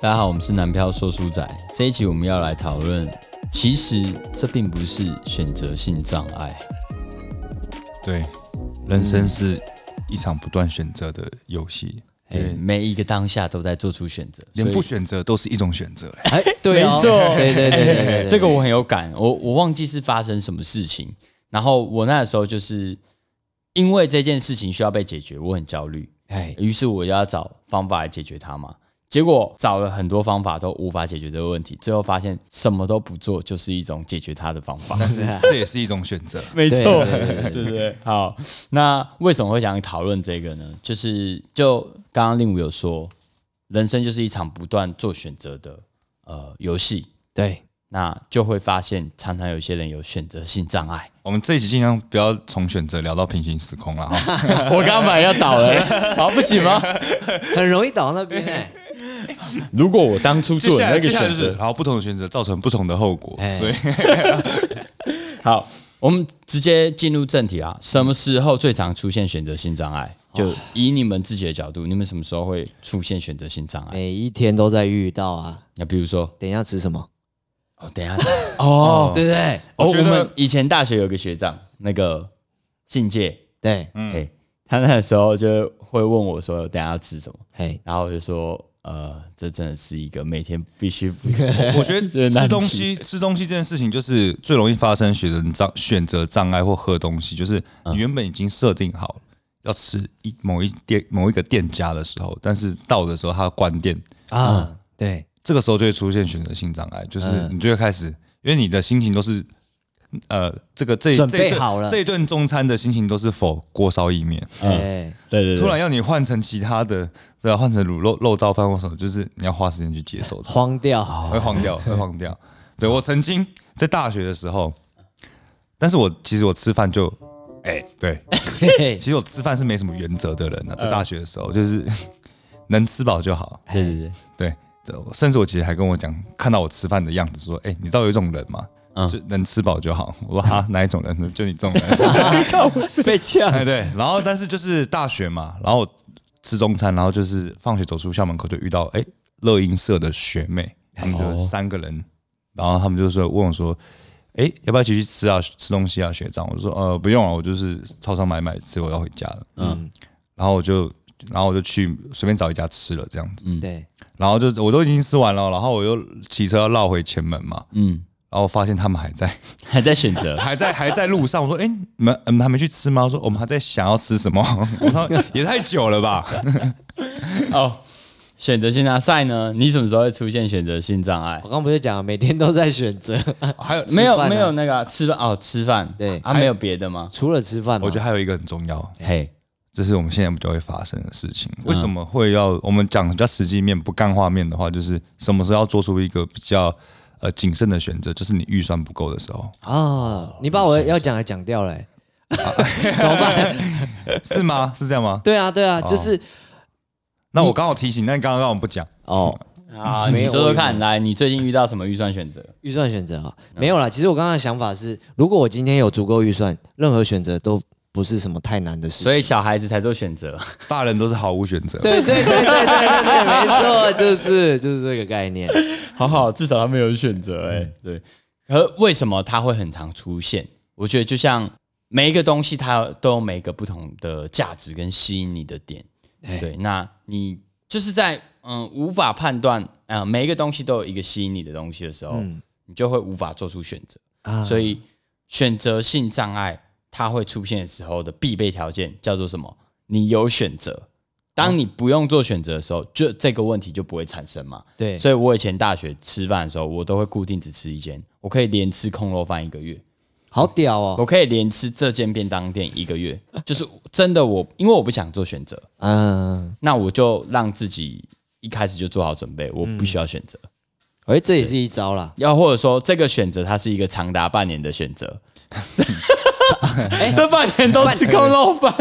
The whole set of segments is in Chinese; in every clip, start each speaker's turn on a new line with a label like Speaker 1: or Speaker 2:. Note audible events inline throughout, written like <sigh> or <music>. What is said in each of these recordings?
Speaker 1: 大家好，我们是南漂说书仔。这一集我们要来讨论，其实这并不是选择性障碍。
Speaker 2: 对，人生是一场不断选择的游戏，
Speaker 1: 哎、每一个当下都在做出选择，
Speaker 2: 连
Speaker 1: 所以
Speaker 2: 不选择都是一种选择、欸
Speaker 1: 哎， <laughs> 对、哦，
Speaker 3: 没错
Speaker 1: 对对对对对，这个我很有感。我我忘记是发生什么事情，然后我那时候就是因为这件事情需要被解决，我很焦虑，
Speaker 3: 哎，
Speaker 1: 于是我就要找方法来解决它嘛。结果找了很多方法都无法解决这个问题，最后发现什么都不做就是一种解决它的方法。
Speaker 2: 但是这也是一种选 <laughs> 择。
Speaker 3: 没
Speaker 1: 对
Speaker 3: 错，
Speaker 1: 对对对对对。好，那为什么会想讨论这个呢？就是就刚刚令武有说，人生就是一场不断做选择的呃游戏，
Speaker 3: 对，
Speaker 1: 那就会发现常常有些人有选择性障碍。
Speaker 2: 我们这一集尽量不要从选择聊到平行时空了哈。
Speaker 1: <laughs> 我刚刚本来要倒了，好不行吗？
Speaker 3: 很容易倒那边哎，
Speaker 1: <laughs> 如果我当初
Speaker 2: 接
Speaker 1: 做
Speaker 2: 下
Speaker 1: 了
Speaker 2: 来
Speaker 1: 那个
Speaker 2: 接下来
Speaker 1: 选
Speaker 2: <laughs> 就是
Speaker 1: 择，
Speaker 2: 然后不同的选择造成不同的后果，
Speaker 3: <laughs> 哎
Speaker 2: 所以
Speaker 1: 好，我们直接进入正题啊。什么时候最常出现选择性障碍？就以你们自己的角度，你们什么时候会出现选择性障碍？
Speaker 3: 每一天都在遇到啊。
Speaker 1: 那比如说，
Speaker 3: 等一下吃什么？
Speaker 1: 哦，等一下，哦，
Speaker 3: 对不对？
Speaker 1: 哦，
Speaker 2: 我
Speaker 1: 我
Speaker 2: 觉得
Speaker 1: 们以前大学有个学长，那个信界，
Speaker 3: 对，
Speaker 1: 哎、他那时候就会问我说，等一下要吃什么，
Speaker 3: 嘿，
Speaker 1: 然后我就说，呃，这真的是一个每天必须不，
Speaker 2: <laughs> 我
Speaker 1: <laughs>
Speaker 2: 觉
Speaker 1: 觉得
Speaker 2: 得
Speaker 1: 难
Speaker 2: 吃东
Speaker 1: 题
Speaker 2: 西吃东西这件事情，就是最容易发生选择障选择障碍或喝东西，就是你原本已经设定好要吃一某一店某一个店家的时候，但是到的时候他关店，
Speaker 3: 啊，对，
Speaker 2: 这个时候就会出现选择性障碍，就是
Speaker 3: 嗯
Speaker 2: 你就会开始，因为你的心情都是，呃，这个这一
Speaker 3: 准备
Speaker 2: 这一顿
Speaker 3: 好了
Speaker 2: 这一顿中餐的心情都是否锅烧意面，
Speaker 3: 哎，
Speaker 1: 对对
Speaker 2: 突然要你换成其他的，对啊，换成卤肉肉燥饭或什么，就是你要花时间去接受它，
Speaker 3: 慌掉，
Speaker 2: 会慌
Speaker 3: <laughs>
Speaker 2: 掉，会慌掉。对我曾经在大学的时候，但是我其实我吃饭就，哎、对，
Speaker 3: 嘿嘿
Speaker 2: 其实我吃饭是没什么原则的人呢、
Speaker 3: 嗯
Speaker 2: 在大学的时候，就是 <laughs> 能吃饱就好，
Speaker 1: 对对对，
Speaker 2: 对，这甚至我姐还跟我讲，看到我吃饭的样子，说：“哎、你知道有一种人吗？就能吃饱就好。”我说：“哈，哪一种人呢？就你这种人。
Speaker 3: 被呛”
Speaker 2: 哎，对。然后，但是就是大学嘛，然后吃中餐，然后就是放学走出校门口就遇到哎乐、音社的学妹，他们就三个人，然后他们就说问我说。哎、要不要一起去吃啊？吃东西啊，学长。我说呃，不用了，我就是超商买买吃，我要回家了。嗯，然后我就，然后我就去随便找一家吃了，这样子。
Speaker 3: 嗯对，
Speaker 2: 然后就是我都已经吃完了，然后我又骑车要绕回前门嘛，
Speaker 1: 嗯，
Speaker 2: 然后发现他们还在， <laughs>
Speaker 1: 还在选择，
Speaker 2: 还在，还在路上。我说：“哎、你们你们还没去吃吗？”我说：“我们还在想要吃什么。” <laughs> 我说：“也太久了吧
Speaker 1: 哦，选择性障碍呢？你什么时候会出现选择性障碍
Speaker 3: 我？刚不是讲每天都在选择，？”
Speaker 2: 还有，
Speaker 1: 没有、
Speaker 3: 吃饭啊
Speaker 1: 没有那个啊吃饭哦，吃饭
Speaker 3: 对
Speaker 1: 啊，没有别的吗？
Speaker 3: 除了吃饭嘛，哎
Speaker 2: 我觉得还有一个很重要，
Speaker 1: 嘿，
Speaker 2: 这是我们现在比较会发生的事情。为什么会要我们讲比较实际面不干画面的话，就是什么时候要做出一个比较呃谨慎的选择，就是你预算不够的时候，
Speaker 3: 啊，你把我要讲的讲掉了欸，怎么办？
Speaker 2: 是吗？是这样吗？
Speaker 3: 对啊，对啊，就是
Speaker 2: 那我刚好提醒，但刚刚让我不讲。
Speaker 3: 哦，
Speaker 1: 啊，
Speaker 3: 没
Speaker 1: 你
Speaker 3: 有
Speaker 1: 说
Speaker 3: 我
Speaker 1: 说
Speaker 3: 也没
Speaker 1: 看，来，你最近遇到什么预算选择？
Speaker 3: 预算选择啊，没有啦。其实我刚刚的想法是，如果我今天有足够预算，任何选择都不是什么太难的事情。
Speaker 1: 所以小孩子才做选择，
Speaker 2: 大人都是毫无选择。
Speaker 3: 对对对对对对对，没错，就是就是这个概念。
Speaker 1: <laughs> 好好，至少他们有选择哎、对，可为什么它会很常出现？我觉得就像每一个东西，它都有每一个不同的价值跟吸引你的点。对，那你就是在嗯、无法判断啊、呃每一个东西都有一个吸引你的东西的时候，你就会无法做出选择。
Speaker 3: 啊
Speaker 1: 所以选择性障碍它会出现的时候的必备条件叫做什么？你有选择。当你不用做选择的时候，就这个问题就不会产生嘛。
Speaker 3: 对，
Speaker 1: 所以我以前大学吃饭的时候，我都会固定只吃一间，我可以连吃空肉饭一个月，
Speaker 3: 好屌哦，
Speaker 1: 我可以连吃这间便当店一个月， <laughs> 就是真的我，因为我不想做选择，
Speaker 3: 嗯，
Speaker 1: 那我就让自己一开始就做好准备，我不需要选择，
Speaker 3: 哎，这也是一招啦。
Speaker 1: 要或者说这个选择它是一个长达半年的选择，
Speaker 3: 哎，
Speaker 1: 这半年都吃空肉饭，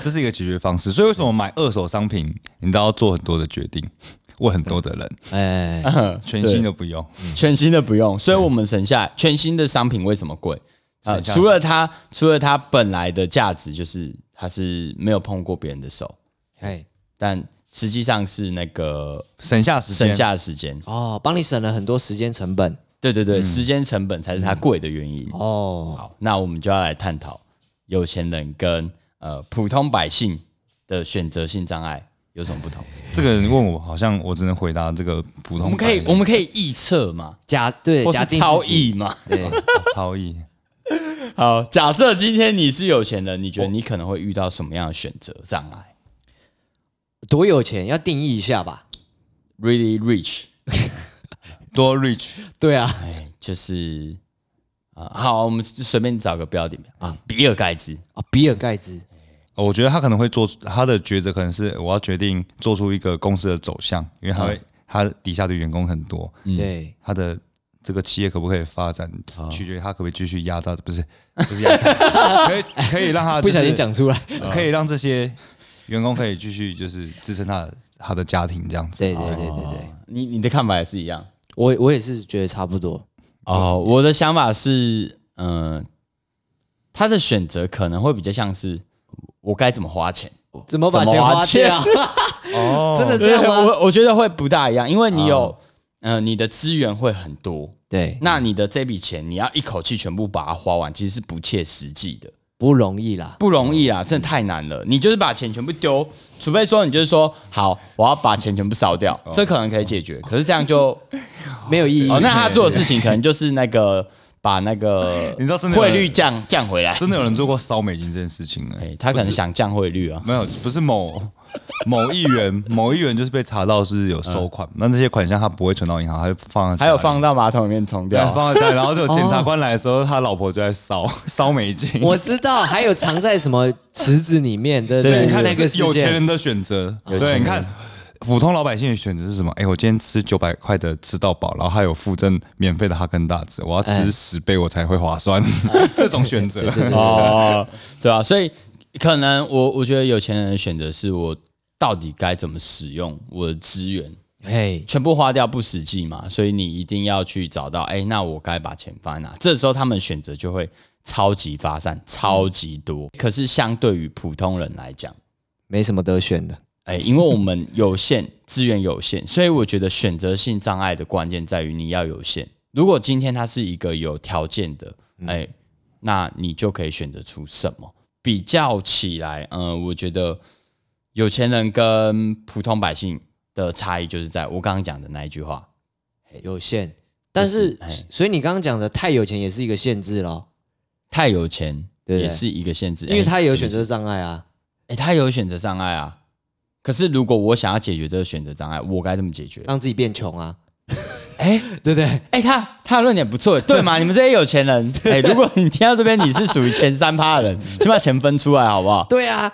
Speaker 2: 这是一个解决方式。所以为什么买二手商品，你都要做很多的决定， <laughs> 问很多的人，
Speaker 3: 哎，
Speaker 2: 全新的不用。
Speaker 1: <laughs> 全新的不用，所以我们省下来全新的商品为什么贵？啊、
Speaker 2: 省下
Speaker 1: 除了它，除了它本来的价值就是它是没有碰过别人的手，
Speaker 3: 哎，
Speaker 1: 但实际上是那个
Speaker 2: 省下时间，
Speaker 1: 省下的时间。
Speaker 3: 哦，帮你省了很多时间成本
Speaker 1: 对对对，
Speaker 3: 嗯
Speaker 1: 时间成本才是它贵的原因。
Speaker 3: 哦。
Speaker 1: 好，那我们就要来探讨有钱人跟呃普通百姓的选择性障碍有什么不同。
Speaker 2: 这个人问我，好像我只能回答这个普
Speaker 1: 我
Speaker 2: 通
Speaker 1: 们
Speaker 2: 白
Speaker 1: 可以
Speaker 2: 人。
Speaker 1: 我们可以臆测嘛，
Speaker 3: 假对，
Speaker 1: 或
Speaker 3: 假
Speaker 1: 是
Speaker 3: 定
Speaker 1: 超
Speaker 3: 自己
Speaker 1: 意
Speaker 3: <laughs>
Speaker 1: 嘛。
Speaker 3: 对，
Speaker 2: 超意，
Speaker 1: 好，假设今天你是有钱人，你觉得你可能会遇到什么样的选择障碍
Speaker 3: 多有钱要定义一下吧。
Speaker 1: ？Really rich，
Speaker 2: 多 rich
Speaker 3: 对啊，
Speaker 1: 哎，就是啊、好，我们随便找个标点啊，比尔盖茨，
Speaker 3: 啊，比尔盖茨
Speaker 2: 哦我觉得他可能会做出他的抉择，可能是我要决定做出一个公司的走向，因为他
Speaker 1: 嗯
Speaker 2: 会、他底下的员工很多，
Speaker 3: 对，
Speaker 2: 他的这个企业可不可以发展，取决于他可不可以继续压榨，不是不是压榨，
Speaker 1: <laughs>
Speaker 2: 可以可以让他、
Speaker 3: 不小心，讲出来。
Speaker 2: 可以让这些员工可以继续就是支撑他的他的家庭这样子。
Speaker 3: 对对对对对，
Speaker 1: 你你的看法也是一样
Speaker 3: 我我也是觉得差不多。
Speaker 1: 哦。我的想法是，嗯、他的选择可能会比较像是我该怎么花钱，
Speaker 3: 怎么把
Speaker 1: 怎
Speaker 3: 钱
Speaker 1: 么花
Speaker 3: 花掉？
Speaker 2: 哦
Speaker 3: 真的这
Speaker 1: 对，
Speaker 3: 样吗？啊
Speaker 1: 我我觉得会不大一样，因为你有，嗯、你的资源会很多，
Speaker 3: <laughs> 对，
Speaker 1: 那你的这笔钱你要一口气全部把它花完，其实是不切实际的，
Speaker 3: 不容易 <laughs> 啦。
Speaker 1: 不容易啊，真的太难了。你就是把钱全部丢，除非说你就是说好，我要把钱全部烧掉，
Speaker 2: 哦
Speaker 1: 这可能可以解决。可是这样就
Speaker 3: 没有意义。
Speaker 1: 哦，那
Speaker 2: <laughs>
Speaker 1: 他做的事情可能就是那个把那个
Speaker 2: 你知道真的有
Speaker 1: 汇
Speaker 2: 人
Speaker 1: 率降降回来，
Speaker 2: 真的有人做过烧美金这件事情哎、
Speaker 1: 哎，他可能想降汇率啊，
Speaker 2: 没有，不是某某议员，某议员就是被查到是有收款，那这些款项他不会存到银行，他会放在
Speaker 1: 嗯
Speaker 2: 家
Speaker 1: 还
Speaker 2: 里
Speaker 1: 有放到马桶里面冲
Speaker 2: 对
Speaker 1: 掉。
Speaker 2: 啊
Speaker 1: 哦
Speaker 2: 放在家里，然后就检察官来的时候，他老婆就在烧烧美金。
Speaker 3: 我知道，还有藏在什么池子里面的
Speaker 2: 对，你
Speaker 3: 那
Speaker 2: 看
Speaker 3: 那个
Speaker 2: 是有
Speaker 3: 事
Speaker 2: 钱
Speaker 3: 件，
Speaker 2: 人的选择，
Speaker 1: 有钱
Speaker 2: 对，
Speaker 1: 人
Speaker 2: 你看普通老百姓的选择是什么？哎，我今天吃九百块的吃到饱，然后还有附赠免费的哈根达斯，我要
Speaker 3: 哎
Speaker 2: 吃十倍我才会划算，这种选择。
Speaker 1: 哦，对啊，所以可能我我觉得有钱人的选择是我到底该怎么使用我的资源，
Speaker 3: 哎，
Speaker 1: 全部花掉不实际嘛，所以你一定要去找到，哎，那我该把钱放在哪？这时候他们选择就会超级发散，超级多。可是相对于普通人来讲，
Speaker 3: 没什么得选的。
Speaker 1: 哎，因为我们有限资源有限，所以我觉得选择性障碍的关键在于你要有限。如果今天它是一个有条件的，哎，那你就可以选择出什么。比较起来，嗯、我觉得有钱人跟普通百姓的差异就是在我刚刚讲的那一句话，
Speaker 3: 有限。但是，所以你刚刚讲的太有钱也是一个限制咯，
Speaker 1: 太有钱
Speaker 3: 对
Speaker 1: 也是一个限制，
Speaker 3: 因为
Speaker 1: 哎
Speaker 3: 他也有选，
Speaker 1: 是不
Speaker 3: 择障碍啊。
Speaker 1: 是哎，他有选择障碍啊。可是如果我想要解决这个选择障碍，我该怎么解决？
Speaker 3: 让自己变穷 <laughs> 啊，
Speaker 1: 哎、
Speaker 3: 对不对？
Speaker 1: 哎、他他的论点不
Speaker 3: <laughs>
Speaker 1: 错，对嘛？你们这些有钱人，哎、如果你听到这边，你是属于前三趴的
Speaker 3: <laughs>
Speaker 1: 人，先把钱分出来，好不好？
Speaker 3: 对啊，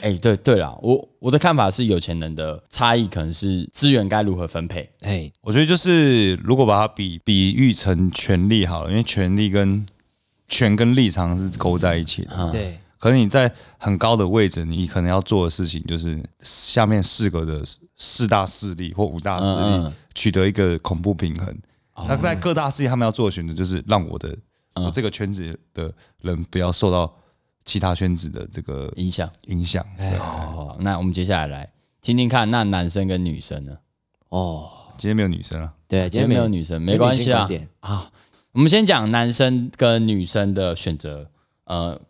Speaker 1: 哎、对对啦，我我的看法是，有钱人的差异可能是资源该如何分配。
Speaker 3: 哎，
Speaker 2: 我觉得就是如果把它比比喻成权力好了，因为权力跟权跟立场是勾在一起的。
Speaker 3: 对，
Speaker 2: 可能你在很高的位置，你可能要做的事情就是下面四个的四大势力或五大势
Speaker 1: 嗯
Speaker 2: 力
Speaker 1: 嗯
Speaker 2: 取得一个恐怖平衡。
Speaker 3: 哦
Speaker 2: 那在各大势力他们要做的选择就是让我的
Speaker 3: 嗯
Speaker 2: 我这个圈子的人不要受到其他圈子的这个
Speaker 1: 影响
Speaker 2: 影响。
Speaker 3: 哎
Speaker 2: 对
Speaker 1: 哦，那我们接下来来听听看，那男生跟女生呢？
Speaker 3: 哦，
Speaker 2: 今天没有女生啊，
Speaker 3: 对，
Speaker 1: 今天没有女生，没关系啊
Speaker 3: 今天女性观点
Speaker 1: 啊。我们先讲男生跟女生的选择，呃，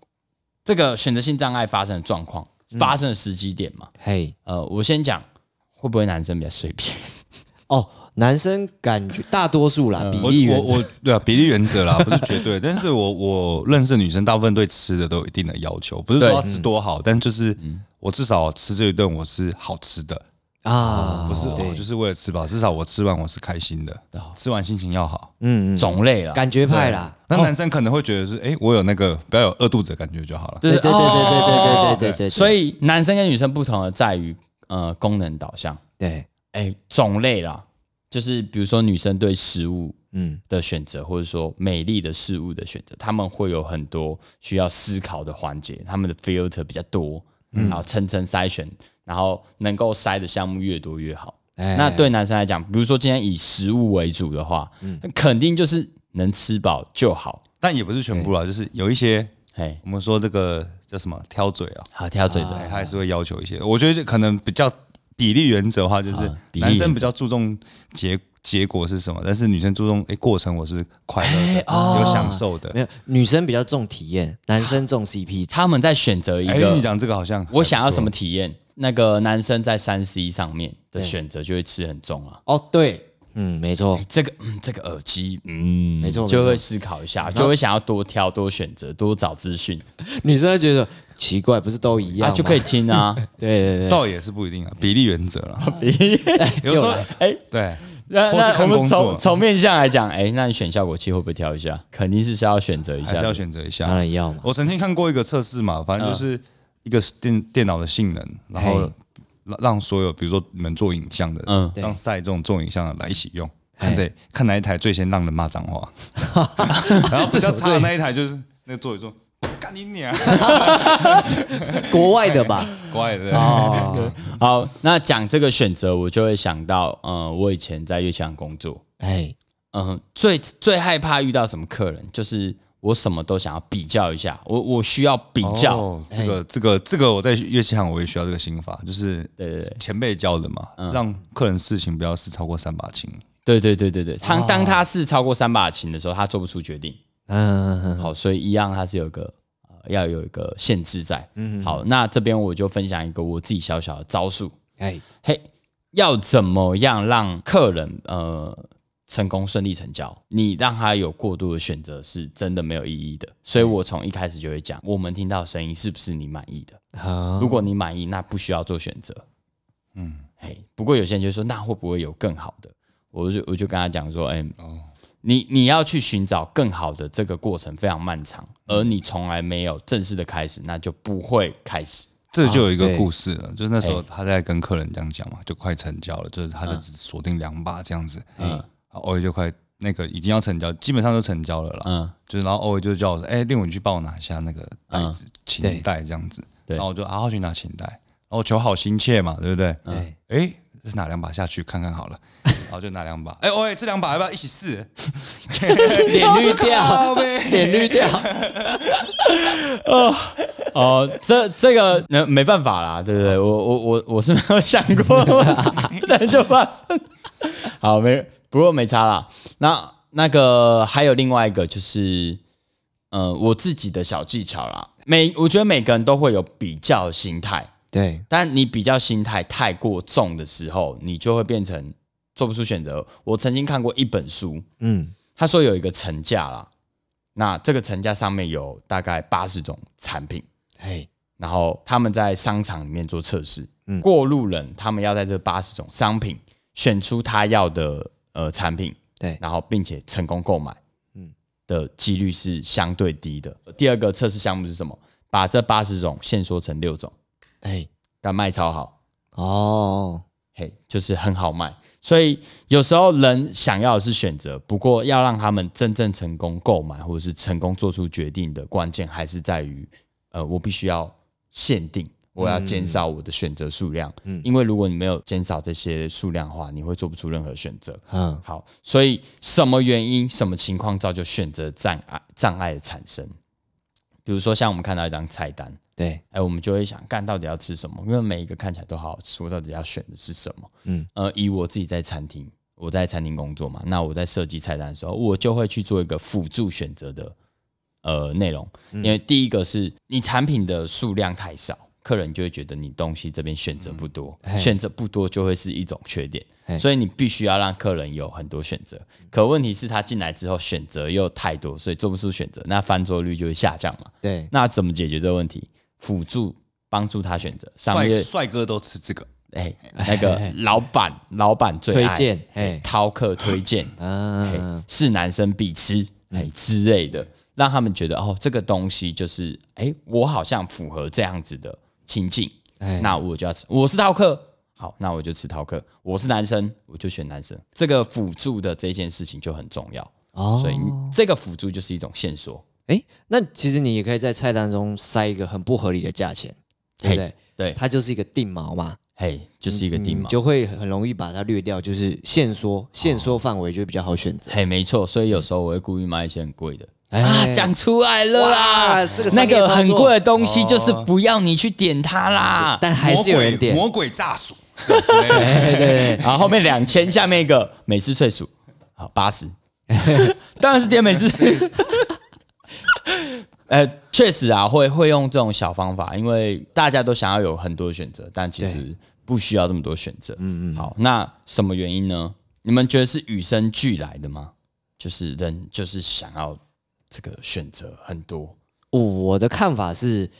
Speaker 1: 这个选择性障碍发生的状况，
Speaker 3: 嗯
Speaker 1: 发生的时机点嘛。
Speaker 3: 嘿，
Speaker 1: 呃，我先讲，会不会男生比较随便？
Speaker 3: 哦，男生感觉 <laughs> 大多数啦，比
Speaker 2: 我
Speaker 3: 例原
Speaker 2: 我我对啊，比例原则啦，不是绝对。但是我我认识的女生大部分对吃的都有一定的要求，不是说
Speaker 1: 对
Speaker 2: 要吃多
Speaker 3: 嗯
Speaker 2: 好，但就是我至少吃这一顿我是好吃的。
Speaker 3: 啊，
Speaker 2: 不是，
Speaker 1: 哦
Speaker 2: 我
Speaker 3: 对
Speaker 2: 就，是为了吃饱，至少我吃完我是开心的，吃完心情要好。
Speaker 3: 嗯嗯，
Speaker 1: 种类了，
Speaker 3: 感觉派啦，
Speaker 2: 那
Speaker 1: 哦
Speaker 2: 男生可能会觉得是，哎，我有那个不要有饿肚子的感觉就好了。
Speaker 1: 对
Speaker 3: 对对对对对对对对对对，
Speaker 1: 哦所以男生跟女生不同的在于呃功能导向，
Speaker 3: 对，
Speaker 1: 哎，种类啦，就是比如说女生对食物
Speaker 3: 嗯，
Speaker 1: 的选择，或者说美丽的事物的选择，他们会有很多需要思考的环节，他们的 filter 比较多，
Speaker 2: 嗯
Speaker 1: 然后层层筛选，然后能够筛的项目越多越好。
Speaker 3: 哎
Speaker 1: 那对男生来讲，比如说今天以食物为主的话，
Speaker 2: 嗯
Speaker 1: 那肯定就是能吃饱就好。
Speaker 2: 但也不是全部啦，就是有一些
Speaker 1: 嘿，
Speaker 2: 我们说这个叫什么挑嘴啊，
Speaker 1: 好挑嘴的，
Speaker 2: 哎他还是会要求一些。我觉得可能比较比例原则的话，就是
Speaker 1: 啊比例
Speaker 2: 男
Speaker 1: 原
Speaker 2: 生
Speaker 1: 则
Speaker 2: 比较注重结结果是什么，但是女生注重哎过程我是快乐的，
Speaker 1: 哦
Speaker 2: 有享受的
Speaker 3: 没。有，女生比较重体验，男生重 CP 值。
Speaker 1: 他们在选择一
Speaker 2: 哎，
Speaker 1: 个
Speaker 2: 你讲这个好像还不错
Speaker 1: 我想要什么体验，那个男生在三 C 上面的选择就会吃很重啊。
Speaker 3: 哦，对，嗯，没错
Speaker 1: 哎，这个嗯，这个耳机嗯，
Speaker 3: 没错
Speaker 1: 就
Speaker 3: 没
Speaker 1: 会
Speaker 3: 错
Speaker 1: 思考一下，就会想要多挑、多选择、多找资讯，
Speaker 3: 女生会觉得奇怪，不是都一
Speaker 1: 啊，
Speaker 3: 样吗
Speaker 1: 就可以。听啊。
Speaker 3: 对对对，
Speaker 2: 倒也是不一定啊，比例原则
Speaker 1: <laughs>
Speaker 2: 了。有时候
Speaker 1: 哎，
Speaker 2: 对，
Speaker 1: 那
Speaker 2: 或是
Speaker 1: 那我
Speaker 2: 看
Speaker 1: 们
Speaker 2: 工作
Speaker 1: 从从面向来讲，哎，那你选效果器会不会挑一下？肯定是是要选择一
Speaker 2: 还是
Speaker 1: 下
Speaker 2: 要。选择一
Speaker 3: 当
Speaker 2: 下。
Speaker 3: 然要嘛。
Speaker 2: 我曾经看过一个测试嘛，反
Speaker 1: 嗯
Speaker 2: 正就是一个电电脑的性能，然后
Speaker 3: 嘿
Speaker 2: 让让所有比如说你们做影像的，
Speaker 1: 嗯
Speaker 2: 嗯，让晒这种做影像的来一起用，看谁看哪一台最先让人骂
Speaker 1: <laughs>
Speaker 2: 脏话，然后比较差的那一台就是那个做一做，干你娘，
Speaker 3: 国外的吧？
Speaker 2: 乖的。
Speaker 3: 哦，
Speaker 1: 好，那讲这个选择，我就会想到，嗯，我以前在乐器行工作，
Speaker 3: 哎，
Speaker 1: 嗯，最最害怕遇到什么客人，就是我什么都想要比较一下，我我需要比较，
Speaker 2: 哦这个这个这个，我在乐器行我也需要这个心法，就是
Speaker 1: 对对嗯对
Speaker 2: 前辈教的嘛，让客人事情不要是超过三把琴。
Speaker 1: 对对对对对，当当他是超过三把琴的时候，他做不出决定，
Speaker 3: 嗯嗯，
Speaker 1: 好，所以一样它是有一个、呃、要有一个限制在，嗯，好，那这边我就分享一个我自己小小的招数，
Speaker 3: 哎，
Speaker 1: 嘿，要怎么样让客人呃成功顺利成交？你让他有过度的选择是真的没有意义的，所以我从一开始就会讲，我们听到的声音是不是你满意的？
Speaker 3: 好，
Speaker 1: 如果你满意，那不需要做选择。嗯，哎，不过有些人就说，那会不会有更好的？我就我就跟他讲说，哎、你你要去寻找更好的，这个过程非常漫长，而你从来没有正式的开始，那就不会开始。
Speaker 2: 这就有一
Speaker 3: 啊
Speaker 2: 个
Speaker 3: 对哎
Speaker 2: 故事了，就是那时候他在跟客人这样讲嘛，就快成交了，就是他
Speaker 3: 嗯
Speaker 2: 就只锁定两把这样子，嗯，偶尔就快那个已经要成交，基本上都成交了啦，
Speaker 1: 嗯
Speaker 2: 嗯，就是然后偶尔就叫我说，哎，令我你去帮我拿一下那个袋子
Speaker 3: 对
Speaker 2: 琴带这样子，
Speaker 1: 对
Speaker 2: 然后我就啊好去拿琴带，然后求好心切嘛，对不对？
Speaker 3: 对，
Speaker 2: 哎，是哪两把下去看看好了，然后就拿两把， <laughs> 哎，喂，这两把要不要一起试？
Speaker 3: 脸绿掉，
Speaker 2: 靠呗
Speaker 3: 脸绿掉，
Speaker 1: 哦，这这个哦那没办法啦，对不对？我我我我是没有想过， <laughs> 但就发生。好，没不过没差啦。那那个还有另外一个就是，呃，我自己的小技巧啦。每我觉得每个人都会有比较心态，
Speaker 3: <laughs> 对，
Speaker 1: 但你比较心态太过重的时候，你就会变成做不出选择。我曾经看过一本书，
Speaker 3: 嗯，
Speaker 1: 他说有一个层架啦，那这个层架上面有大概八十种产品。
Speaker 3: 哎，
Speaker 1: 然后他们在商场里面做测试，过路人他们要在这八十种商品选出他要的呃产品，
Speaker 3: 对，
Speaker 1: 然后并且成功购买，的几率是相对低的。第二个测试项目是什么？把这八十种限缩成六种，
Speaker 3: 哎，
Speaker 1: 但卖超好，
Speaker 3: 哦，
Speaker 1: 嘿，就是很好卖。所以有时候人想要的是选择，不过要让他们真正成功购买或者是成功做出决定的关键，还是在于，呃，我必须要限定，我要减少我的选择数量，因为如果你没有减少这些数量的话，你会做不出任何选择。
Speaker 3: 嗯，
Speaker 1: 好，所以什么原因、什么情况造就选择障碍障碍的产生？比如说，像我们看到一张菜单，
Speaker 3: 对，
Speaker 1: 哎，我们就会想，干到底要吃什么？因为每一个看起来都好好吃，我到底要选的是什么？嗯
Speaker 3: 嗯，
Speaker 1: 呃，以我自己在餐厅，我在餐厅工作嘛，那我在设计菜单的时候，我就会去做一个辅助选择的呃内容，
Speaker 3: 嗯
Speaker 1: 因为第一个是你产品的数量太少，客人就会觉得你东西这边选择不多，
Speaker 3: 嗯嘿
Speaker 1: 选择不多就会是一种缺点，
Speaker 3: 嘿
Speaker 1: 所以你必须要让客人有很多选择。可问题是，他进来之后选择又太多，所以做不出选择，那翻桌率就会下降嘛。
Speaker 3: 对，
Speaker 1: 那怎么解决这个问题？辅助帮助他选择商
Speaker 2: 帅
Speaker 1: 业，
Speaker 2: 帅哥都吃这个，
Speaker 3: <laughs>
Speaker 1: 哎，那个老板，老板最
Speaker 3: 推
Speaker 1: 爱
Speaker 3: 荐，哎，
Speaker 1: 饕客推
Speaker 3: <laughs>
Speaker 1: 荐，
Speaker 3: 嗯，
Speaker 1: 哎是男生必吃，哎之类的，让他们觉得哦，这个东西就是，哎，我好像符合这样子的情境，
Speaker 3: 哎
Speaker 1: 那我就要吃，我是饕客。好，那我就吃饕客。我是男生，我就选男生。这个辅助的这件事情就很重要，
Speaker 3: 哦
Speaker 1: 所以这个辅助就是一种线索。
Speaker 3: 哎，那其实你也可以在菜单中塞一个很不合理的价钱，对不对？
Speaker 1: 对，
Speaker 3: 它就是一个定锚嘛，
Speaker 1: 嘿，就是一个定
Speaker 3: 你
Speaker 1: 锚。哦
Speaker 3: 就会很容易把它略掉，就是限缩，限缩范围就比较好选择。
Speaker 1: 嘿，没错，所以有时候我会故意卖一些很贵的。
Speaker 3: 哎
Speaker 1: 啊，讲出来了啦
Speaker 3: 哇这个，
Speaker 1: 那
Speaker 3: 商业
Speaker 1: 个
Speaker 3: 操
Speaker 1: 很
Speaker 3: 作哦
Speaker 1: 贵的东西就是不要你去点它啦。
Speaker 3: 但还是有人点，
Speaker 2: 魔鬼魔鬼炸薯，这之类的。
Speaker 3: 对对对，
Speaker 1: 然后后面两千，下面一个美式脆薯，好八十， <laughs> 当然是点美式 <laughs> 脆薯。呃，确实啊，会会用这种小方法，因为大家都想要有很多选择，但其实不需要这么多选择。嗯嗯。好，那什么原因呢？你们觉得是与生俱来的吗？就是人就是想要这个选择很多，
Speaker 3: 我我的看法是，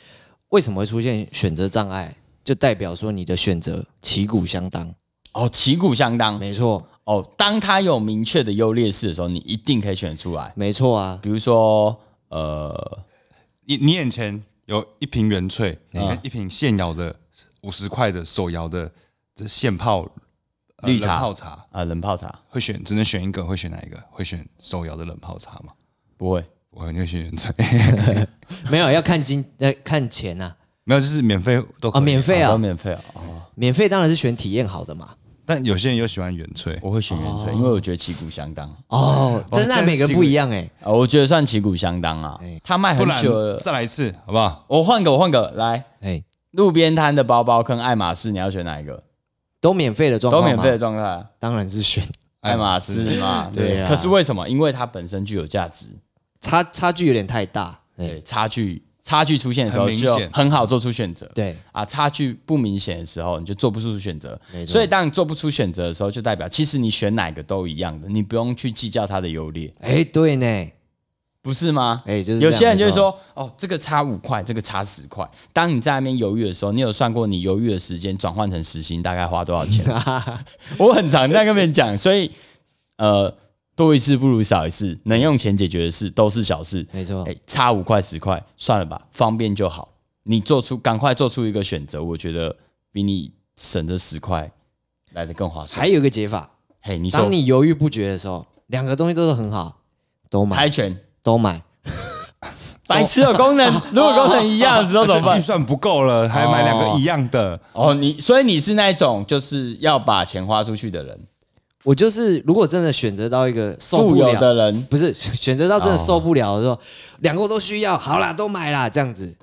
Speaker 3: 为什么会出现选择障碍，就代表说你的选择旗鼓相当。
Speaker 1: 哦，旗鼓相当。
Speaker 3: 没错，
Speaker 1: 哦，当他有明确的优劣势的时候，你一定可以选出来。
Speaker 3: 没错啊，
Speaker 1: 比如说，呃，
Speaker 2: 你你眼前有一瓶原萃，
Speaker 1: 嗯
Speaker 2: 跟一瓶现摇的五十块的手摇的这现泡呃
Speaker 1: 绿茶
Speaker 2: 冷泡茶，
Speaker 1: 啊，冷泡茶
Speaker 2: 会选只能选一个，会选哪一个？会选手摇的冷泡茶吗？
Speaker 1: 不会，
Speaker 2: 我肯定会选原萃，
Speaker 1: <laughs>
Speaker 3: 没有要看金，要看钱啊呐、
Speaker 2: 没有就是免费都可
Speaker 3: 啊，
Speaker 2: 以
Speaker 3: 免，费
Speaker 1: 啊都
Speaker 3: 啊，
Speaker 1: 免费啊哦。
Speaker 3: 免费当然是选体验好的嘛。
Speaker 2: 但有些人又喜欢原萃，
Speaker 1: 我会选原萃，因为我觉得旗鼓相当
Speaker 3: 哦，真的
Speaker 2: 真
Speaker 3: 每个人不
Speaker 2: 是
Speaker 3: 一样哎、
Speaker 1: 啊，我觉得算旗鼓相当啊。他卖
Speaker 2: 不
Speaker 1: 很
Speaker 2: 然
Speaker 1: 久了，
Speaker 2: 再来一次好不好？
Speaker 1: 我换个，我换个，来，
Speaker 3: 哎、
Speaker 1: 路边摊的包包跟爱马仕，你要选哪一个？
Speaker 3: 都免费的状
Speaker 1: 都
Speaker 3: 况吗
Speaker 1: 免费的，状态啊，
Speaker 3: 当然是选
Speaker 1: 爱马仕
Speaker 2: 哎
Speaker 1: 嘛，
Speaker 3: 对啊
Speaker 1: 可是为什么？因为它本身具有价值，
Speaker 3: 差差距有点太大。哎对
Speaker 1: 对，差距差距出现的时候
Speaker 2: 很明
Speaker 1: 就
Speaker 2: 显
Speaker 1: 很好做出选择。
Speaker 3: 对，
Speaker 1: 啊，差距不明显的时候，你就做不出选择
Speaker 3: 没。错
Speaker 1: 所以，当你做不出选择的时候，就代表其实你选哪个都一样的，你不用去计较它的优劣，
Speaker 3: 哎、对呢，
Speaker 1: 不是吗？
Speaker 3: 哎就是这样
Speaker 1: 有些人就会
Speaker 3: 没错
Speaker 1: 说，哦，这个差五块，这个差十块。当你在那边犹豫的时候，你有算过你犹豫的时间转换成时薪大概花多少钱？
Speaker 3: <laughs>
Speaker 1: 我很常在跟别人讲，所以呃，多一事不如少一事，能用钱解决的事都是小事。
Speaker 3: 没错
Speaker 1: 哎、差五块十块，算了吧，方便就好。你做出赶快做出一个选择，我觉得比你省这十块来的更划算。
Speaker 3: 还有一个解法，
Speaker 1: 嘿，你说
Speaker 3: 当你犹豫不决的时候，两个东西都是很好，都买
Speaker 1: 猜拳，
Speaker 3: 都买，
Speaker 1: 白痴的功
Speaker 3: <laughs>
Speaker 1: 能，如果功能一样的时候怎么
Speaker 2: 预
Speaker 1: 办？
Speaker 2: 算不够了，还买两个一样的，
Speaker 1: 哦，你所以你是那种就是要把钱花出去的人，
Speaker 3: 我就是如果真的选择到一个受
Speaker 1: 富
Speaker 3: 不
Speaker 1: 有
Speaker 3: 了
Speaker 1: 的人。哦
Speaker 3: 不是选择到真的受不了的时候，两个我都需要，好啦，都买啦，这样子。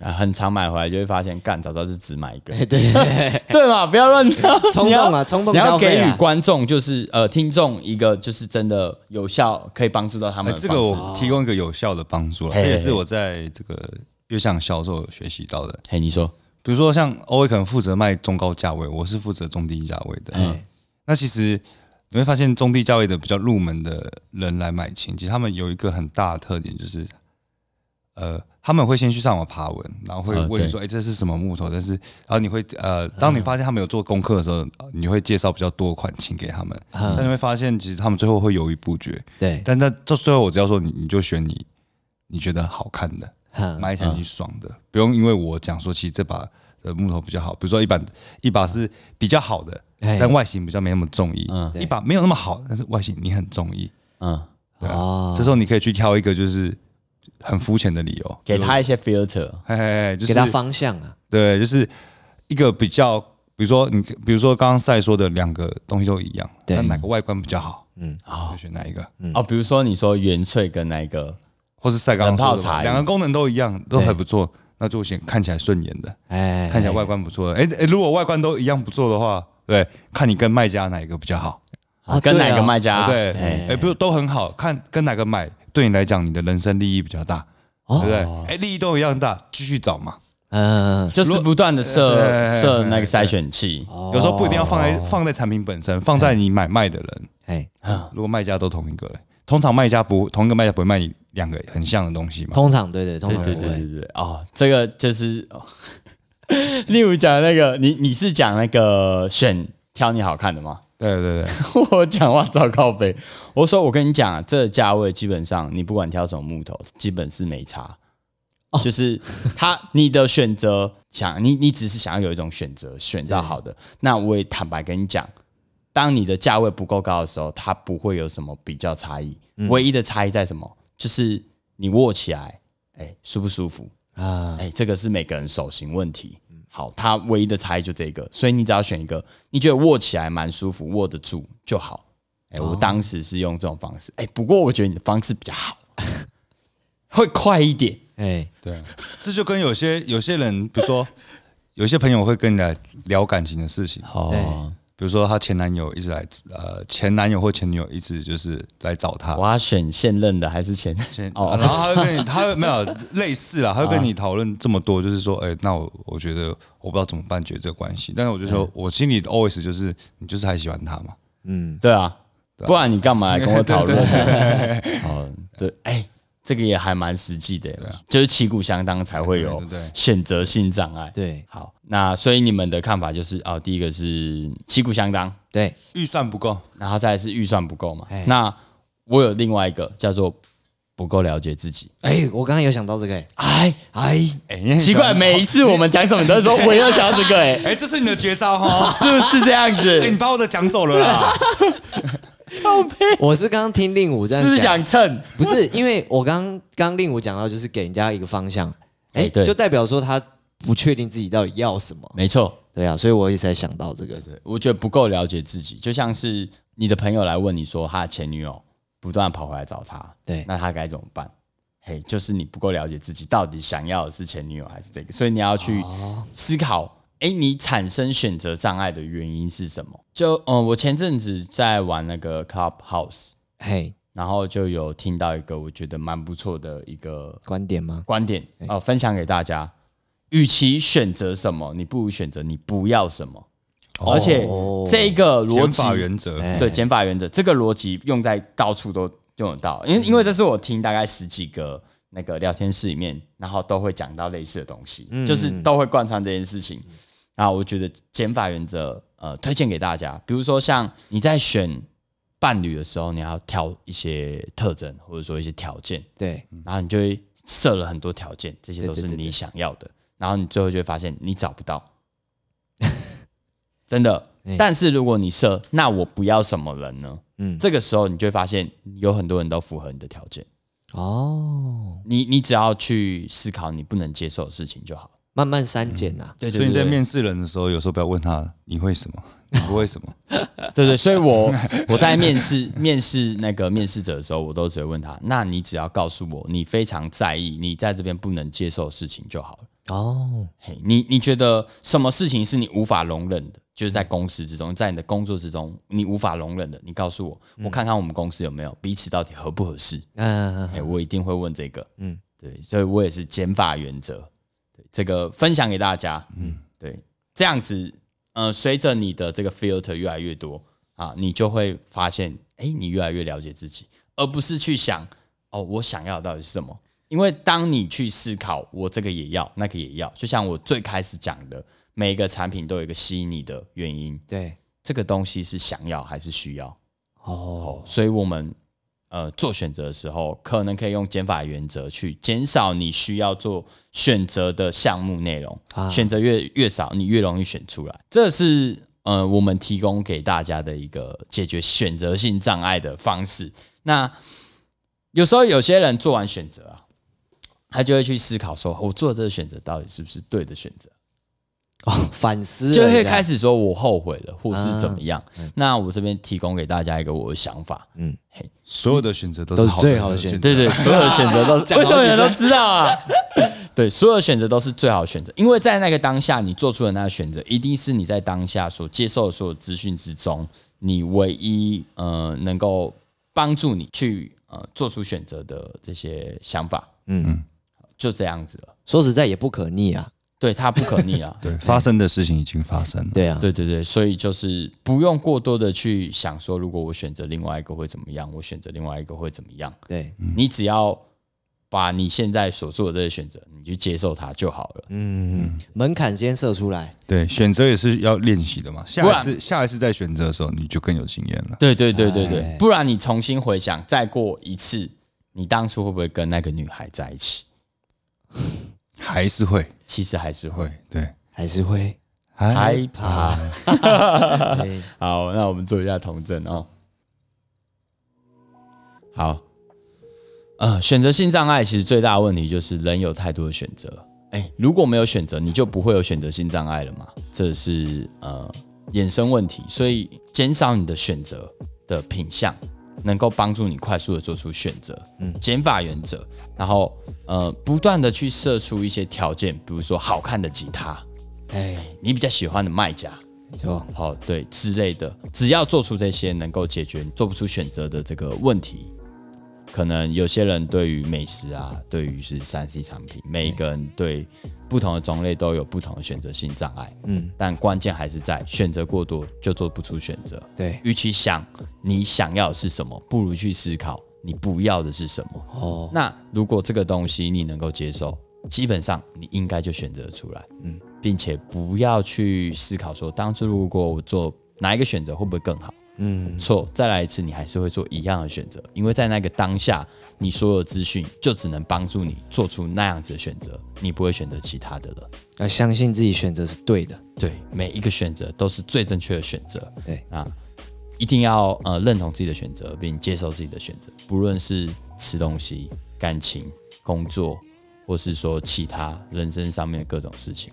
Speaker 1: 啊，很常买回来就会发现，干，早知道就只买一个，
Speaker 3: 哎，对，
Speaker 1: <laughs> 对嘛？不要 <laughs> 乱挑，
Speaker 3: 冲
Speaker 1: 你要
Speaker 3: 动啊，冲动
Speaker 1: 你要
Speaker 3: 消
Speaker 1: 给
Speaker 3: 费
Speaker 1: 予
Speaker 3: 啊。
Speaker 1: 观众就是呃听众一个就是真的有效可以帮助到他
Speaker 2: 哎，
Speaker 1: 们的
Speaker 2: 这
Speaker 1: 方式、
Speaker 2: 个我提供一个有效的帮助了，
Speaker 1: 嘿
Speaker 2: 这
Speaker 1: 嘿
Speaker 2: 也是我在这个月相销售有学习到的。
Speaker 1: 嘿，你说
Speaker 2: 比如说像欧威可能负责卖中高价位，我是负责中低价位的。嗯，那其实你会发现中低价位的比较入门的人来买琴，其实他们有一个很大的特点就是，呃，他们会先去上网爬文，然后会
Speaker 1: 呃
Speaker 2: 问你说，哎、这是什么木头？但是，然后你会呃，当你发现他们有做功课的时候，呃你会介绍比较多的款琴给他们，但你会发现其实他们最后会犹豫不决。
Speaker 3: 对，
Speaker 2: 但那这最后我只要说你，你就选你你觉得好看的，
Speaker 3: 哼
Speaker 2: 买起来你爽的，不用因为我讲说其实这把的木头比较好，比如说一把一把是比较好的，
Speaker 3: 哎
Speaker 2: 但外形比较没那么中意，
Speaker 1: 嗯
Speaker 2: 一把没有那么好，但是外形你很中意，
Speaker 1: 嗯，
Speaker 3: 哦
Speaker 2: 这，时候你可以去挑一个就是很肤浅的理由，
Speaker 1: 给他一些 filter，
Speaker 2: 嘿嘿嘿，就是
Speaker 3: 给他方向啊。
Speaker 2: 对，就是一个比较，比如说你比如说刚刚赛说的两个东西都一样，
Speaker 3: 对
Speaker 2: 那哪个外观比较好，嗯，就选哪一个，
Speaker 1: 哦，比如说你说原萃跟那个
Speaker 2: 或是赛刚
Speaker 1: 冷
Speaker 2: 刚
Speaker 1: 泡
Speaker 2: 说
Speaker 1: 茶
Speaker 2: 的两个功能都一样，都还不错，那就选看起来顺眼的。
Speaker 3: 哎，
Speaker 2: 看起来外观不错的。哎、哎，如果外观都一样不错的话，对，看你跟卖家哪一个比较好，
Speaker 1: 啊
Speaker 3: 哦
Speaker 1: 跟哪
Speaker 3: 对
Speaker 1: 个
Speaker 3: 哦
Speaker 1: 卖家、啊
Speaker 2: 对，
Speaker 1: 哎
Speaker 2: 哎、不是都很好看，跟哪个买对你来讲，你的人生利益比较大，对不对？哎，利益都一样大，继续找嘛。
Speaker 3: 嗯，
Speaker 1: 就是不断的设
Speaker 2: 哎
Speaker 1: 设那个筛选器，
Speaker 3: 哦
Speaker 2: 有时候不一定要放在放在产品本身，放在你买卖的人。
Speaker 3: 哎，
Speaker 2: 如果卖家都同一个嘞，通常卖家不同一个卖家不会卖你两个很像的东西嘛。
Speaker 3: 通常对对，通
Speaker 1: 对
Speaker 3: 常
Speaker 1: 对
Speaker 3: 不
Speaker 1: 对
Speaker 3: 会
Speaker 1: 对对，哦，这个就是，哦、 <laughs> 例如讲那个你你是讲那个选挑你好看的吗？
Speaker 2: 对对对，
Speaker 1: <laughs> 我讲话糟糕呗。我说我跟你讲、啊，这个价位基本上你不管挑什么木头，基本是没差。就是他你的选择想你你只是想要有一种选择，选到好的。那我也坦白跟你讲，当你的价位不够高的时候，它不会有什么比较差异。唯一的差异在什么？就是你握起来，哎、舒不舒服？
Speaker 3: 啊，
Speaker 1: 哎、这个是每个人手型问题。好，它唯一的差异就这个，所以你只要选一个，你觉得握起来蛮舒服，握得住就好。哎、我当时是用这种方式，哎、不过我觉得你的方式比较好， <laughs> 会快一点。
Speaker 3: 哎，
Speaker 2: 这就跟有些有些人，比如说有些朋友会跟你来聊感情的事情，
Speaker 1: 哦，
Speaker 2: 比如说她前男友一直来，呃，前男友或前女友一直就是来找她，
Speaker 1: 我要选现任的还是 <laughs> 前
Speaker 2: 先
Speaker 1: 哦啊
Speaker 2: 然后他会跟你，他会没有类似啦，他会跟你讨论这么多，就是说，哎、那我我觉得我不知道怎么办解决这个关系，但是我就说、
Speaker 1: 哎
Speaker 2: 我心里 always 就是你就是还喜欢他嘛，
Speaker 1: 对啊，不然你干嘛来跟我讨 <laughs> 论呢？哦，对，哎，这个也还蛮实际的，就是旗鼓相当才会有
Speaker 2: 对对对
Speaker 1: 选择性障碍。
Speaker 3: 对
Speaker 1: 好，那所以你们的看法就是，哦，第一个是旗鼓相当，
Speaker 3: 对，
Speaker 2: 预算不够，
Speaker 1: 然后再来是预算不够嘛
Speaker 3: 哎。
Speaker 1: 那我有另外一个叫做不够了解自己。
Speaker 3: 哎，我刚刚有想到这个，哎
Speaker 1: 哎，
Speaker 3: 哎，
Speaker 2: 哎、你很
Speaker 1: 奇怪，每一次我们讲什么，你都说我要想要这个，哎，
Speaker 2: 哎、这是你的绝招
Speaker 1: <laughs>
Speaker 2: 哈，
Speaker 1: 是不是这样
Speaker 2: 哎、
Speaker 3: <laughs>
Speaker 1: 子？
Speaker 2: 你把我的讲走了啦，
Speaker 3: 我是刚刚听令武这
Speaker 1: 是不
Speaker 3: 样
Speaker 1: 是
Speaker 3: 讲，
Speaker 1: 想蹭？
Speaker 3: 不是因为我刚刚令武讲到就是给人家一个方向，哎，
Speaker 1: 哎对
Speaker 3: 就代表说他不确定自己到底要什么，
Speaker 1: 没错，
Speaker 3: 对啊，所以我一直在想到这个，
Speaker 1: 对我觉得不够了解自己，就像是你的朋友来问你说他的前女友不断跑回来找他，
Speaker 3: 对
Speaker 1: 那他该怎么办？嘿，就是你不够了解自己，到底想要的是前女友还是这个，所以你要去思考，哎、你产生选择障碍的原因是什么？就嗯、呃我前阵子在玩那个 Clubhouse，
Speaker 3: 嘿，
Speaker 1: 然后就有听到一个我觉得蛮不错的一个
Speaker 3: 观点吗？
Speaker 1: 观点哦、呃分享给大家。与其选择什么，你不如选择你不要什么。 <laughs> 而且这个逻
Speaker 2: 哦减法
Speaker 1: 辑，
Speaker 2: 原则，
Speaker 3: 哎
Speaker 1: 对减法原则，这个逻辑用在到处都用得到，
Speaker 2: 嗯
Speaker 1: 因为因为这是我听大概十几个那个聊天室里面，然后都会讲到类似的东西，
Speaker 2: 嗯
Speaker 1: 就是都会贯穿这件事情。然后我觉得减法原则，呃，推荐给大家，比如说像你在选伴侣的时候，你要挑一些特征或者说一些条件，
Speaker 3: 对，
Speaker 1: 然后你就会设了很多条件，这些都
Speaker 3: 对
Speaker 1: 是
Speaker 3: 对对
Speaker 1: 你想要的，然后你最后就会发现你找不到， <laughs> 真的。但是如果你设那我不要什么人呢？
Speaker 3: 嗯
Speaker 1: 嗯，这个时候你就会发现有很多人都符合你的条件，
Speaker 3: 哦，
Speaker 1: 你你只要去思考你不能接受的事情就好。
Speaker 3: 慢慢删减啊呐，
Speaker 1: 对对
Speaker 2: 所以你在
Speaker 1: 对
Speaker 2: 面试人的时候，有时候不要问他你会什么，你不会
Speaker 1: <laughs>
Speaker 2: 什么，
Speaker 1: 对对，所以我 <laughs> 我在面试面试那个面试者的时候，我都只会问他：那你只要告诉我你非常在意你在这边不能接受的事情就好了。
Speaker 3: 哦，
Speaker 1: 嘿，你你觉得什么事情是你无法容忍的？就是在公司之中，在你的工作之中，你无法容忍的，你告诉我，我看看我们公司有没有彼此到底合不合适。
Speaker 3: 嗯，
Speaker 1: 哎、我一定会问这个。
Speaker 3: 嗯
Speaker 1: 嗯，对，所以我也是减法原则，对这个分享给大家。嗯，对，这样子，呃，随着你的这个 filter 越来越多啊，你就会发现，哎、你越来越了解自己，而不是去想，哦，我想要的到底是什么？因为当你去思考，我这个也要，那个也要，就像我最开始讲的，每一个产品都有一个吸引你的原因，
Speaker 3: 对，
Speaker 1: 这个东西是想要还是需要？
Speaker 3: 哦，
Speaker 1: 所以我们呃做选择的时候，可能可以用减法原则去减少你需要做选择的项目内容，
Speaker 3: 啊
Speaker 1: 选择越越少，你越容易选出来。这是呃我们提供给大家的一个解决选择性障碍的方式。那有时候有些人做完选择啊，他就会去思考说，哦我做这个选择到底是不是对的选择？
Speaker 3: 反思了
Speaker 1: 就会
Speaker 3: 这样
Speaker 1: 开始说我后悔了，或是怎么样。那我这边提供给大家一个我的想法，
Speaker 2: 所有的选择都
Speaker 3: 都
Speaker 2: 是
Speaker 3: 是
Speaker 2: 好
Speaker 3: 最好的选择 <laughs>
Speaker 1: 对对，所有的选择都是
Speaker 3: 讲
Speaker 1: 为什
Speaker 3: 好几声
Speaker 1: 么人都知道啊？ <laughs> 对，所有的选择都是最好的选择，因为在那个当下，你做出的那个选择，一定是你在当下所接受的所有资讯之中，你唯一呃能够帮助你去呃做出选择的这些想法。嗯，就这样子了。
Speaker 3: 说实在也不可逆啊，
Speaker 1: 对，它不可逆了。
Speaker 2: 对，发生的事情已经发生了。
Speaker 3: 对啊，
Speaker 1: 对对对，所以就是不用过多的去想说，如果我选择另外一个会怎么样，我选择另外一个会怎么样。
Speaker 3: 对，
Speaker 1: 你只要把你现在所做的这些选择，你去接受它就好了。
Speaker 3: 嗯，门槛先设出来，
Speaker 2: 对，选择也是要练习的嘛。下
Speaker 1: 不
Speaker 2: 一
Speaker 1: 然
Speaker 2: 次，下一次再选择的时候，你就更有经验了。
Speaker 1: 对对对对
Speaker 3: 哎
Speaker 1: 对，不然你重新回想，再过一次，你当初会不会跟那个女孩在一起？
Speaker 2: 还是会，
Speaker 1: 其实还是会
Speaker 2: 会，对，
Speaker 3: 还是会，
Speaker 2: 还
Speaker 1: 害 <laughs> 怕。
Speaker 3: 哎
Speaker 1: 好，那我们做一下同证哦。好，呃，选择性障碍其实最大的问题就是人有太多的选择。哎，如果没有选择，你就不会有选择性障碍了嘛？这是呃衍生问题，所以减少你的选择的品项，能够帮助你快速的做出选择。嗯，减法原则，然后呃不断的去设出一些条件，比如说好看的吉他，
Speaker 3: 哎，
Speaker 1: 你比较喜欢的卖家，
Speaker 3: 没错，
Speaker 1: 好对之类的，只要做出这些能够解决你做不出选择的这个问题，可能有些人对于美食啊，对于是三 C 产品，每一个人对不同的种类都有不同的选择性障碍，
Speaker 3: 嗯，
Speaker 1: 但关键还是在选择过多就做不出选择。
Speaker 3: 对，
Speaker 1: 与其想你想要的是什么，不如去思考你不要的是什么。
Speaker 3: 哦，
Speaker 1: 那如果这个东西你能够接受，基本上你应该就选择出来，嗯，并且不要去思考说当初如果我做哪一个选择会不会更好，
Speaker 3: 嗯，
Speaker 1: 错，再来一次你还是会做一样的选择，因为在那个当下，你所有资讯就只能帮助你做出那样子的选择，你不会选择其他的了。
Speaker 3: 要相信自己选择是对的，
Speaker 1: 对，每一个选择都是最正确的选择。
Speaker 3: 对
Speaker 1: 啊，一定要呃认同自己的选择，并接受自己的选择，不论是吃东西、感情、工作，或是说其他人生上面的各种事情。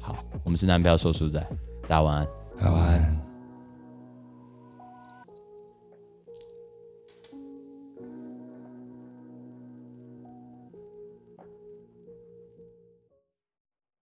Speaker 1: 好，我们是男票说书仔，大家晚安。
Speaker 2: 台湾。